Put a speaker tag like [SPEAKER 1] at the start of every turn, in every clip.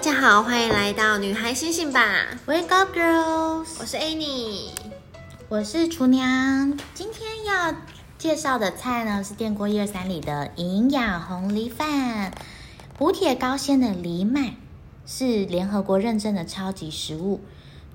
[SPEAKER 1] 家好，欢迎来到女孩醒醒吧，
[SPEAKER 2] Wake up, girls！
[SPEAKER 1] 我是 Annie。
[SPEAKER 2] 我是厨娘。今天要介绍的菜呢是电锅一二三里的营养红梨饭，补铁高纤的藜麦是联合国认证的超级食物。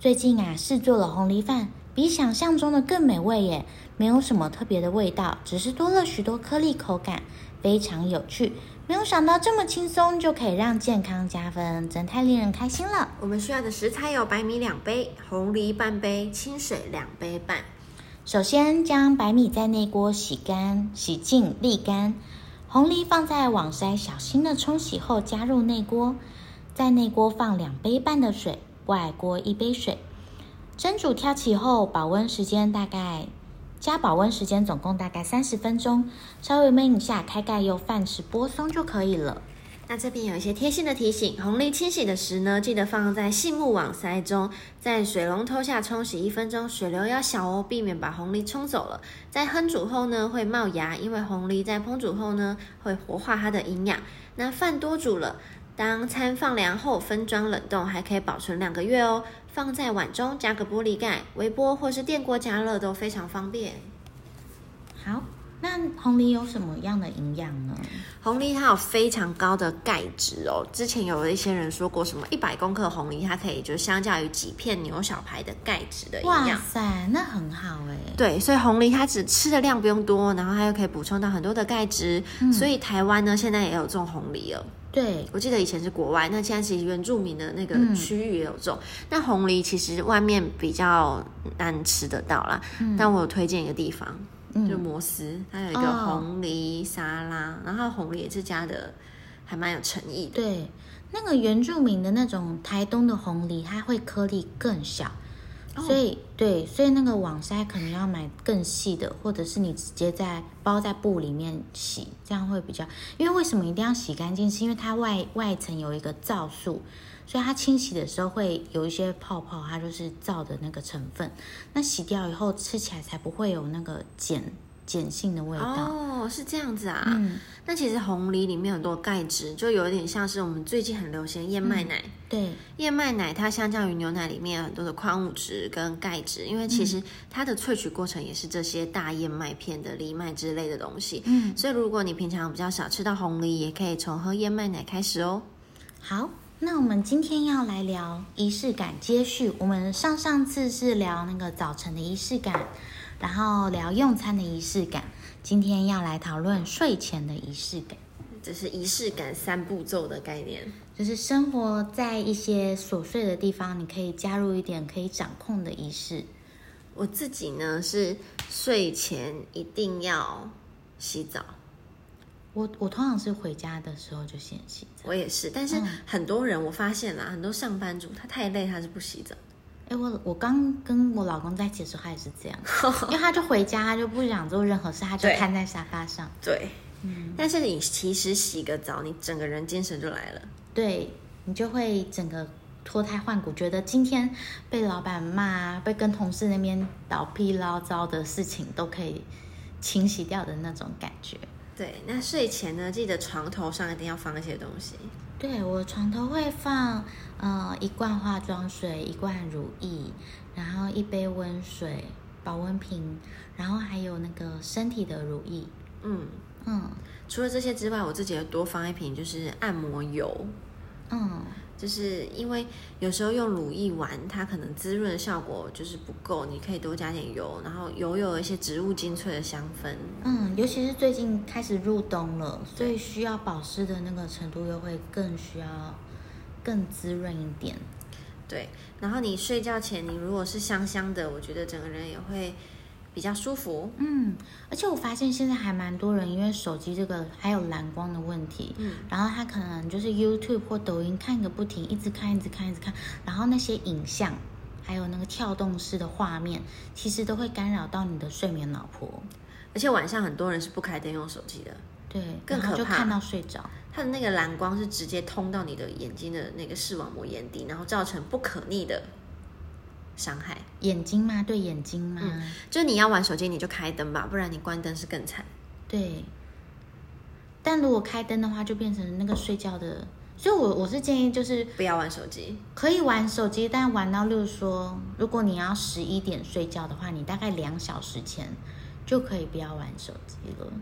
[SPEAKER 2] 最近啊，试做了红梨饭，比想象中的更美味耶！没有什么特别的味道，只是多了许多颗粒口感，非常有趣。没有想到这么轻松就可以让健康加分，真太令人开心了。
[SPEAKER 1] 我们需要的食材有白米两杯、红梨半杯、清水两杯半。
[SPEAKER 2] 首先将白米在内锅洗干、洗净、沥干，红梨放在网筛，小心的冲洗后加入内锅，在内锅放两杯半的水，外锅一杯水，蒸煮挑起后，保温时间大概加保温时间总共大概三十分钟，稍微焖一下，开盖用饭匙剥松就可以了。
[SPEAKER 1] 那这边有一些贴心的提醒：红梨清洗的时呢，记得放在细木网塞中，在水龙头下冲洗一分钟，水流要小哦，避免把红梨冲走了。在烹煮后呢，会冒芽，因为红梨在烹煮后呢，会活化它的营养。那饭多煮了。当餐放凉后分装冷冻，还可以保存两个月哦。放在碗中，加个玻璃盖，微波或是电锅加热都非常方便。
[SPEAKER 2] 好，那红梨有什么样的营养呢？
[SPEAKER 1] 红梨它有非常高的钙质哦。之前有一些人说过，什么一百公克红梨，它可以就相较于几片牛小排的钙质的营
[SPEAKER 2] 哇
[SPEAKER 1] 养。
[SPEAKER 2] 塞，那很好哎、
[SPEAKER 1] 对，所以红梨它只吃的量不用多，然后它又可以补充到很多的钙质。
[SPEAKER 2] 嗯
[SPEAKER 1] 所以台湾呢，现在也有种红梨了。
[SPEAKER 2] 对，
[SPEAKER 1] 我记得以前是国外，那现在其实原住民的那个
[SPEAKER 2] 嗯
[SPEAKER 1] 区域也有种。那红梨其实外面比较难吃得到啦，但我有推荐一个地方，
[SPEAKER 2] 嗯
[SPEAKER 1] 就摩斯，它有一个
[SPEAKER 2] 哦
[SPEAKER 1] 红梨沙拉，然后它的红梨也是加的还蛮有诚意的。
[SPEAKER 2] 对，那个原住民的那种台东的红梨，它会颗粒更小，
[SPEAKER 1] 哦
[SPEAKER 2] 所以对，所以那个网筛可能要买更细的，或者是你直接在包在布里面洗，这样会比较。因为为什么一定要洗干净？是因为它外外层有一个皂素，所以它清洗的时候会有一些泡泡，它就是皂的那个成分。那洗掉以后吃起来才不会有那个碱碱性的味道。
[SPEAKER 1] 哦，是这样子啊。
[SPEAKER 2] 嗯，
[SPEAKER 1] 那其实红梨里面有很多钙质，就有点像是我们最近很流行的燕麦奶。
[SPEAKER 2] 对，
[SPEAKER 1] 燕麦奶它相较于牛奶里面有很多的矿物质跟钙质，因为其实它的萃取过程也是这些大燕麦片的藜麦之类的东西。
[SPEAKER 2] 嗯。
[SPEAKER 1] 所以如果你平常比较少吃到红梨，也可以从喝燕麦奶开始哦。
[SPEAKER 2] 好，那我们今天要来聊仪式感接续。我们上上次是聊那个早晨的仪式感，然后聊用餐的仪式感，今天要来讨论睡前的仪式感，
[SPEAKER 1] 这是仪式感三步骤的概念。
[SPEAKER 2] 就是生活在一些琐碎的地方，你可以加入一点可以掌控的仪式。
[SPEAKER 1] 我自己呢是睡前一定要洗澡，
[SPEAKER 2] 我我通常是回家的时候就先洗澡。
[SPEAKER 1] 我也是，但是很多人我发现啦，很多上班族他太累，他是不洗澡。
[SPEAKER 2] 哎，我我刚跟我老公在一起的时候，他也是这样，因为他就回家，他就不想做任何事，他就
[SPEAKER 1] 对
[SPEAKER 2] 瘫在沙发上。
[SPEAKER 1] 对，嗯但是你其实洗个澡，你整个人精神就来了。
[SPEAKER 2] 对你就会整个脱胎换骨，觉得今天被老板骂、被跟同事那边倒屁唠糟的事情都可以清洗掉的那种感觉。
[SPEAKER 1] 对，那睡前呢，记得床头上一定要放一些东西。
[SPEAKER 2] 对我床头会放呃一罐化妆水、一罐乳液，然后一杯温水、保温瓶，然后还有那个身体的乳液。
[SPEAKER 1] 嗯，
[SPEAKER 2] 嗯
[SPEAKER 1] 除了这些之外，我自己也多放一瓶就是按摩油，
[SPEAKER 2] 嗯，
[SPEAKER 1] 就是因为有时候用乳液丸，它可能滋润的效果就是不够，你可以多加点油，然后油有一些植物精粹的香氛。
[SPEAKER 2] 嗯，尤其是最近开始入冬了，所以需要保湿的那个程度又会更需要更滋润一点。
[SPEAKER 1] 对，然后你睡觉前，你如果是香香的，我觉得整个人也会比较舒服。
[SPEAKER 2] 嗯，而且我发现现在还蛮多人因为手机这个还有蓝光的问题，
[SPEAKER 1] 嗯，
[SPEAKER 2] 然后他可能就是 YouTube 或抖音看个不停，一直看一直看一直看，然后那些影像还有那个跳动式的画面，其实都会干扰到你的睡眠脑波。
[SPEAKER 1] 而且晚上很多人是不开灯用手机的，
[SPEAKER 2] 对，
[SPEAKER 1] 更
[SPEAKER 2] 然后
[SPEAKER 1] 可
[SPEAKER 2] 就
[SPEAKER 1] 怕
[SPEAKER 2] 看到睡着。
[SPEAKER 1] 它的那个蓝光是直接通到你的眼睛的那个视网膜眼底，然后造成不可逆的伤害。
[SPEAKER 2] 眼睛吗？对眼睛吗？
[SPEAKER 1] 嗯就是你要玩手机，你就开灯吧，不然你关灯是更惨。
[SPEAKER 2] 对，但如果开灯的话，就变成那个睡觉的所以我我是建议就是
[SPEAKER 1] 不要玩手机。
[SPEAKER 2] 可以玩手机，但玩到例如说，如果你要十一点睡觉的话，你大概两小时前就可以不要玩手机了，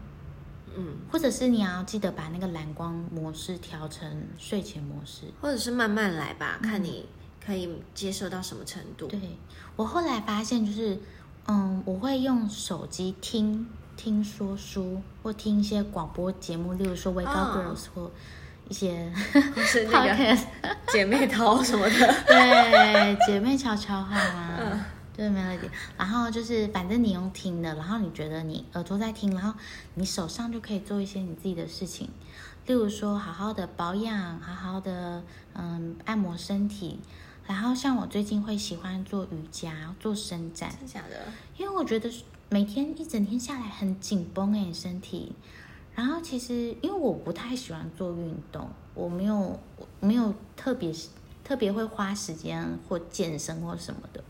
[SPEAKER 1] 嗯，
[SPEAKER 2] 或者是你要记得把那个蓝光模式调成睡前模式。
[SPEAKER 1] 或者是慢慢来吧，看你可以接受到什么程度。
[SPEAKER 2] 嗯对我后来发现就是，嗯，我会用手机听听说书或听一些广播节目，例如说《Wake Up
[SPEAKER 1] 哦
[SPEAKER 2] Girls》或一些
[SPEAKER 1] 或是那个
[SPEAKER 2] podcast，
[SPEAKER 1] 姐妹淘什么的。
[SPEAKER 2] 对，姐妹悄悄话
[SPEAKER 1] 嗯
[SPEAKER 2] 啊，对，没有点。然后就是，反正你用听的，然后你觉得你耳朵在听，然后你手上就可以做一些你自己的事情，例如说好好的保养，好好的嗯按摩身体。然后像我最近会喜欢做瑜伽、做伸展，
[SPEAKER 1] 真假的？
[SPEAKER 2] 因为我觉得每天一整天下来很紧绷哎、身体。然后其实因为我不太喜欢做运动，我没有我没有特别特别会花时间或健身或什么的。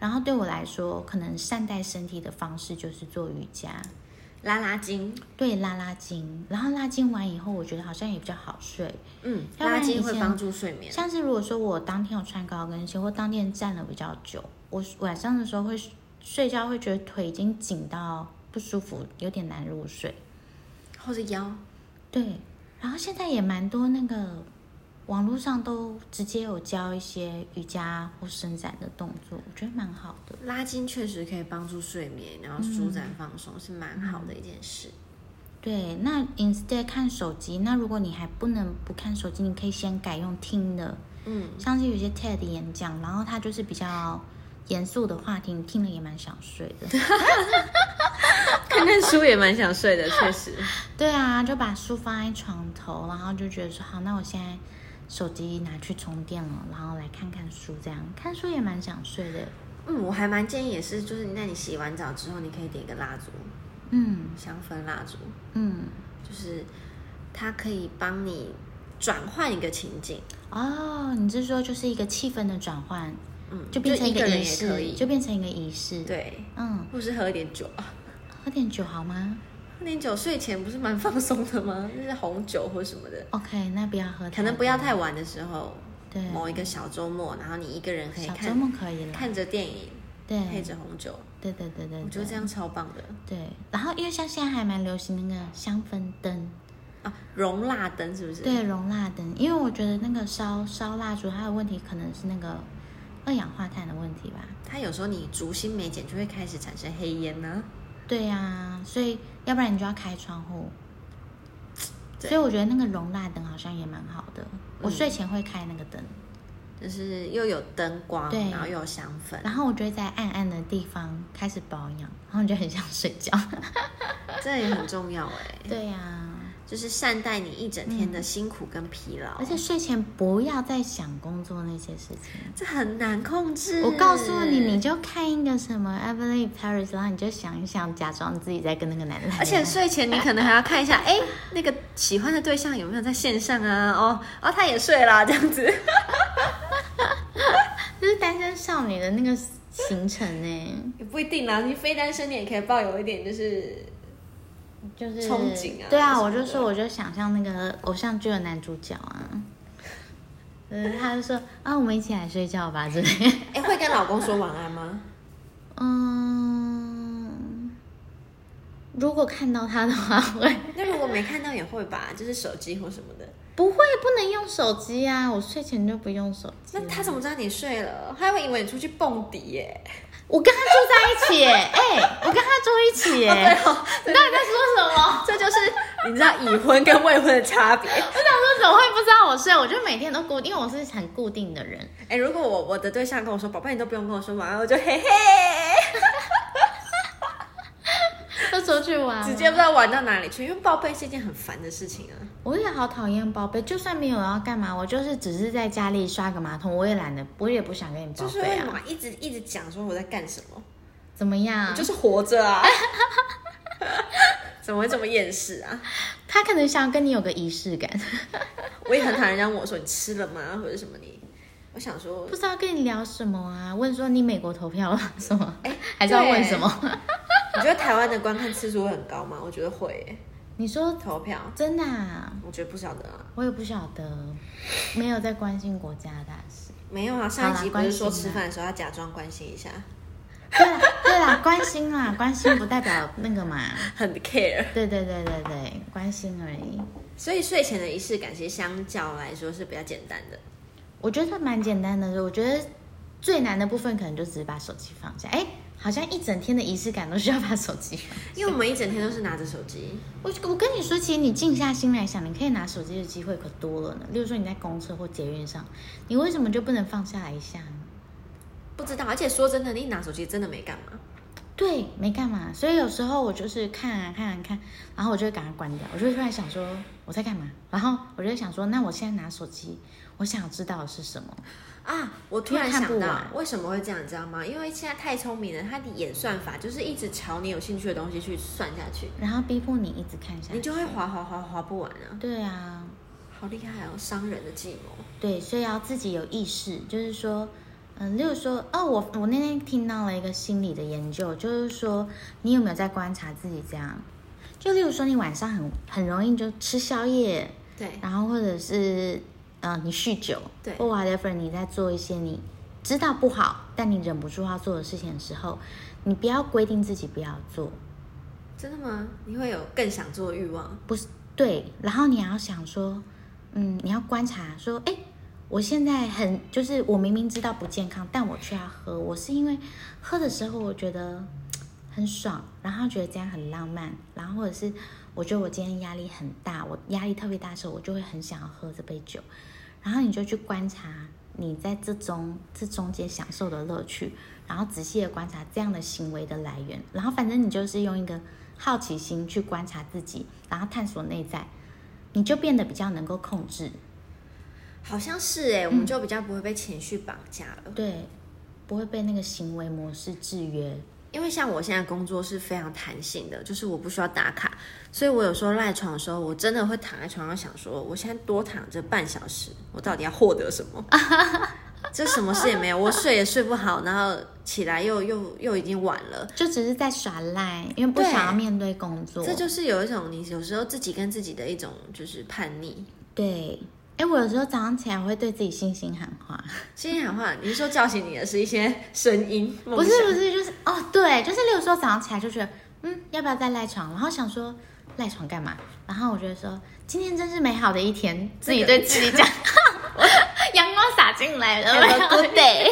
[SPEAKER 2] 然后对我来说，可能善待身体的方式就是做瑜伽，
[SPEAKER 1] 拉拉筋，
[SPEAKER 2] 对拉拉筋。然后拉筋完以后，我觉得好像也比较好睡。
[SPEAKER 1] 嗯，
[SPEAKER 2] 要不
[SPEAKER 1] 拉
[SPEAKER 2] 然
[SPEAKER 1] 筋
[SPEAKER 2] 以
[SPEAKER 1] 会
[SPEAKER 2] 前
[SPEAKER 1] 帮助睡眠。
[SPEAKER 2] 像是如果说我当天有穿高跟鞋，或当天站了比较久，我晚上的时候会睡觉会觉得腿已经紧到不舒服，有点难入睡。
[SPEAKER 1] 或者腰，
[SPEAKER 2] 对，然后现在也蛮多那个网络上都直接有教一些瑜伽或伸展的动作，我觉得蛮好的。
[SPEAKER 1] 拉筋确实可以帮助睡眠，然后舒展放松、是蛮好的一件事。
[SPEAKER 2] 对，那 instead 看手机，那如果你还不能不看手机，你可以先改用听的，
[SPEAKER 1] 嗯，
[SPEAKER 2] 像是有些 TED 演讲，然后它就是比较严肃的话题，你听了也蛮想睡的。
[SPEAKER 1] 看看书也蛮想睡 的，确实。
[SPEAKER 2] 对啊，就把书放在床头，然后就觉得说好，那我现在手机拿去充电了，然后来看看书，这样看书也蛮想睡的。
[SPEAKER 1] 嗯，我还蛮建议也是，就是那你洗完澡之后，你可以点一个蜡烛，
[SPEAKER 2] 嗯
[SPEAKER 1] 香氛蜡烛，
[SPEAKER 2] 嗯，
[SPEAKER 1] 就是它可以帮你转换一个情景，
[SPEAKER 2] 哦，你是说就是一个气氛的转换，
[SPEAKER 1] 嗯，
[SPEAKER 2] 就变成
[SPEAKER 1] 一个
[SPEAKER 2] 个
[SPEAKER 1] 人
[SPEAKER 2] 仪
[SPEAKER 1] 也可
[SPEAKER 2] 式，
[SPEAKER 1] 以，
[SPEAKER 2] 就变成一个仪式。，
[SPEAKER 1] 对，
[SPEAKER 2] 嗯，
[SPEAKER 1] 或是喝一点酒啊。
[SPEAKER 2] 喝点酒好吗
[SPEAKER 1] 喝点酒睡前不是蛮放松的吗？ 就是红酒或什么的，
[SPEAKER 2] ？OK，那不要喝太多，
[SPEAKER 1] 可能不要太晚的时候，
[SPEAKER 2] 对，
[SPEAKER 1] 某一个小周末，然后你一个人可以
[SPEAKER 2] 小
[SPEAKER 1] 看
[SPEAKER 2] 周末可以啦。
[SPEAKER 1] 看着电影，
[SPEAKER 2] 对，
[SPEAKER 1] 配着红酒，
[SPEAKER 2] 对对对对，
[SPEAKER 1] 我觉得这样超棒的
[SPEAKER 2] 对。对，然后因为像现在还蛮流行那个香氛灯。
[SPEAKER 1] 啊！融蜡灯是不是？
[SPEAKER 2] 对，容蜡灯，因为我觉得那个烧烧蜡烛，它的问题可能是那个二氧化碳的问题吧。
[SPEAKER 1] 它有时候你烛心没减，就会开始产生黑烟啊呐、
[SPEAKER 2] 对呀、所以要不然你就要开窗户。
[SPEAKER 1] 对
[SPEAKER 2] 所以我觉得那个容蜡灯好像也蛮好的，我
[SPEAKER 1] 嗯
[SPEAKER 2] 睡前会开那个灯，
[SPEAKER 1] 就是又有灯光，
[SPEAKER 2] 对
[SPEAKER 1] 然后又有香氛，
[SPEAKER 2] 然后我就会在暗暗的地方开始保养，然后我就很想睡 觉。
[SPEAKER 1] 这也很重要哎、
[SPEAKER 2] 对呀、
[SPEAKER 1] 就是善待你一整天的辛苦跟疲劳，
[SPEAKER 2] 而且睡前不要再想工作那些事情。
[SPEAKER 1] 这很难控制。
[SPEAKER 2] 我告诉你，你就看一个什么 Emily Paris，然后你就想一想，假装自己在跟那个男的谈恋爱。
[SPEAKER 1] 而且睡前你可能还要看一 下，哎，那个喜欢的对象有没有在线上啊？哦，哦，他也睡啦，这 样子。
[SPEAKER 2] 就是单身少女的那个行程 呢，
[SPEAKER 1] 也不一定啦，你非单身，你也可以抱有一点就是
[SPEAKER 2] 就是
[SPEAKER 1] 憧憬啊
[SPEAKER 2] 对啊，
[SPEAKER 1] 什么
[SPEAKER 2] 我
[SPEAKER 1] 的
[SPEAKER 2] 就说，我就想象那个偶像剧的男主角啊， 嗯，他就说啊，我们一起来睡觉吧之类 的。
[SPEAKER 1] 哎、会跟老公说晚安吗？
[SPEAKER 2] 嗯，如果看到他的话，会
[SPEAKER 1] 那如果没看到也会吧，就是手机或什么的。
[SPEAKER 2] 不会不能用手机啊？我睡前就不用手机
[SPEAKER 1] 那。他怎么知道你睡了？他会以为你出去蹦迪 耶、
[SPEAKER 2] 我跟他住在一起耶， 哎、我跟他住一起耶，
[SPEAKER 1] 对哦，
[SPEAKER 2] 你到底在说什 么？
[SPEAKER 1] 这就是你知道已婚跟未婚的差别。
[SPEAKER 2] 我想说怎么会不知道我睡？我就每天都固定，因为我是很固定的人。
[SPEAKER 1] 哎、如果我我的对象跟我说，宝贝，你都不用跟我说晚安，我就嘿嘿，
[SPEAKER 2] 就出去玩，
[SPEAKER 1] 直接不知道玩到哪里去。因为报备是一件很烦的事情啊。
[SPEAKER 2] 我也好讨厌报备，就算没有要干嘛，我就是只是在家里刷个马桶，我也懒得，我也不想跟你报
[SPEAKER 1] 就是
[SPEAKER 2] 备
[SPEAKER 1] 为
[SPEAKER 2] 啊。
[SPEAKER 1] 嘛一直一直讲说我在干什么，
[SPEAKER 2] 怎么样？
[SPEAKER 1] 就是活着啊。 怎么会这么厌世啊？
[SPEAKER 2] 他可能想要跟你有个仪式感，
[SPEAKER 1] 我也很讨厌人家问我说你吃了吗，或者什么你。我想说
[SPEAKER 2] 不，知道跟你聊什么啊？问说你美国投票了什么？
[SPEAKER 1] 哎
[SPEAKER 2] 还是要
[SPEAKER 1] 对
[SPEAKER 2] 问什么？
[SPEAKER 1] 你觉得台湾的观看次数会很高吗？我觉得会耶、
[SPEAKER 2] 你说
[SPEAKER 1] 投票，
[SPEAKER 2] 真的、啊？
[SPEAKER 1] 我觉得不晓得啊，
[SPEAKER 2] 我也不晓得，没有在关心国家大事。
[SPEAKER 1] 没有啊。上一集不
[SPEAKER 2] 关
[SPEAKER 1] 是
[SPEAKER 2] 心
[SPEAKER 1] 说
[SPEAKER 2] 啊
[SPEAKER 1] 吃饭的时候要假装关心一下，
[SPEAKER 2] 对啦，对啦，关心啦，关心不代表那个嘛。
[SPEAKER 1] 很 care。
[SPEAKER 2] 对对对对对，关心而已。
[SPEAKER 1] 所以睡前的仪式感其实相较来说是比较简单的。
[SPEAKER 2] 我觉得蛮简单的，我觉得最难的部分可能就只是把手机放下。哎，好像一整天的仪式感都需要把手机放 下。
[SPEAKER 1] 因为我们一整天都是拿着手机，
[SPEAKER 2] 我我跟你说，其实你静下心来想，你可以拿手机的机会可多了呢。例如说你在公车或捷运上，你为什么就不能放下来一下呢？
[SPEAKER 1] 不知道。而且说真的，你一拿手机真的没干嘛。
[SPEAKER 2] 对，没干嘛。所以有时候我就是看啊看啊看，然后我就会赶快关掉。我就会突然想说我在干嘛，然后我就会想说，那我现在拿手机，我想知道的是什么？
[SPEAKER 1] 啊！我突然
[SPEAKER 2] 因为看
[SPEAKER 1] 想
[SPEAKER 2] 不
[SPEAKER 1] 到
[SPEAKER 2] 完，
[SPEAKER 1] 为什么会这样，你知道吗？因为现在太聪明了，它的演算法就是一直朝你有兴趣的东西去算下去，
[SPEAKER 2] 然后逼迫你一直看下
[SPEAKER 1] 你
[SPEAKER 2] 去。
[SPEAKER 1] 就会滑滑滑滑不完啊！
[SPEAKER 2] 对啊，
[SPEAKER 1] 好厉害哦，商人的计谋。
[SPEAKER 2] 对，所以要自己有意识，就是说，嗯，例如说，哦，我我那天听到了一个心理的研究，就是说，你有没有在观察自己这样？就例如说，你晚上很很容易就吃宵夜，
[SPEAKER 1] 对
[SPEAKER 2] 然后或者是，呃，你酗酒，
[SPEAKER 1] 对
[SPEAKER 2] 或 whatever，你在做一些你知道不好，但你忍不住要做的事情的时候，你不要规定自己不要做，
[SPEAKER 1] 真的吗？你会有更想做的欲望？
[SPEAKER 2] 不是对，然后你要想说，嗯，你要观察说，哎，我现在很就是我明明知道不健康，但我却要喝，我是因为喝的时候我觉得很爽，然后觉得这样很浪漫，然后或者是我觉得我今天压力很大，我压力特别大的时候，我就会很想要喝这杯酒，然后你就去观察你在这中这中间享受的乐趣，然后仔细的观察这样的行为的来源，然后反正你就是用一个好奇心去观察自己，然后探索内在，你就变得比较能够控制，
[SPEAKER 1] 好像是哎、我
[SPEAKER 2] 嗯
[SPEAKER 1] 们就比较不会被情绪绑架了。
[SPEAKER 2] 对，不会被那个行为模式制约。
[SPEAKER 1] 因为像我现在工作是非常弹性的，就是我不需要打卡，所以我有时候赖床的时候，我真的会躺在床上想说，我现在多躺这半小时，我到底要获得什么？ 就什么事也没有，我睡也睡不好，然后起来又又又已经晚了。
[SPEAKER 2] 就只是在耍赖，因为不
[SPEAKER 1] 对
[SPEAKER 2] 想要面对哦工作。
[SPEAKER 1] 这就是有一种你有时候自己跟自己的一种就是叛逆。
[SPEAKER 2] 对，哎，我有时候早上起来我会对自己信心喊话，
[SPEAKER 1] 心里喊话，你是说叫醒你的是一些声音？
[SPEAKER 2] 不
[SPEAKER 1] 不
[SPEAKER 2] 是不是，就是哦，对，就是例如说早上起来就觉得，嗯，要不要再赖床？然后想说赖床干嘛？然后我就会说今天真是美好的一天，自己对自己 讲，阳光洒进来了
[SPEAKER 1] Have a good
[SPEAKER 2] day。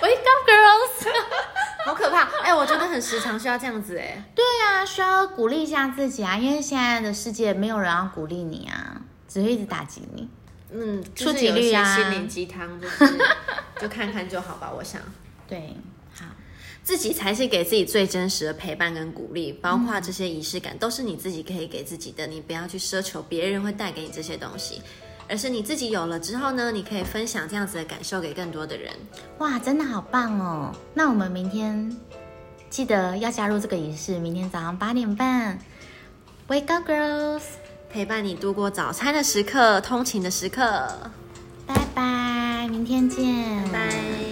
[SPEAKER 2] Wake up, girls！
[SPEAKER 1] 好可怕！哎、我觉得很时常需要这样子哎、
[SPEAKER 2] 对啊，需要鼓励一下自己啊，因为现在的世界没有人要鼓励你啊，只会一直打击你。
[SPEAKER 1] 嗯，就是
[SPEAKER 2] 触及
[SPEAKER 1] 有一
[SPEAKER 2] 率
[SPEAKER 1] 些
[SPEAKER 2] 啊
[SPEAKER 1] 心灵鸡汤，就是 就看看就好吧。我想
[SPEAKER 2] 对，好，
[SPEAKER 1] 自己才是给自己最真实的陪伴跟鼓励，包括这些仪式感，都是你自己可以给自己的。你不要去奢求别人会带给你这些东西，而是你自己有了之后呢，你可以分享这样子的感受给更多的人。
[SPEAKER 2] 哇，真的好棒哦！那我们明天记得要加入这个仪式，明天早上八点半，Wake up, girls！
[SPEAKER 1] 陪伴你度过早餐的时刻，通勤的时刻，
[SPEAKER 2] 拜拜，明天见，
[SPEAKER 1] 拜。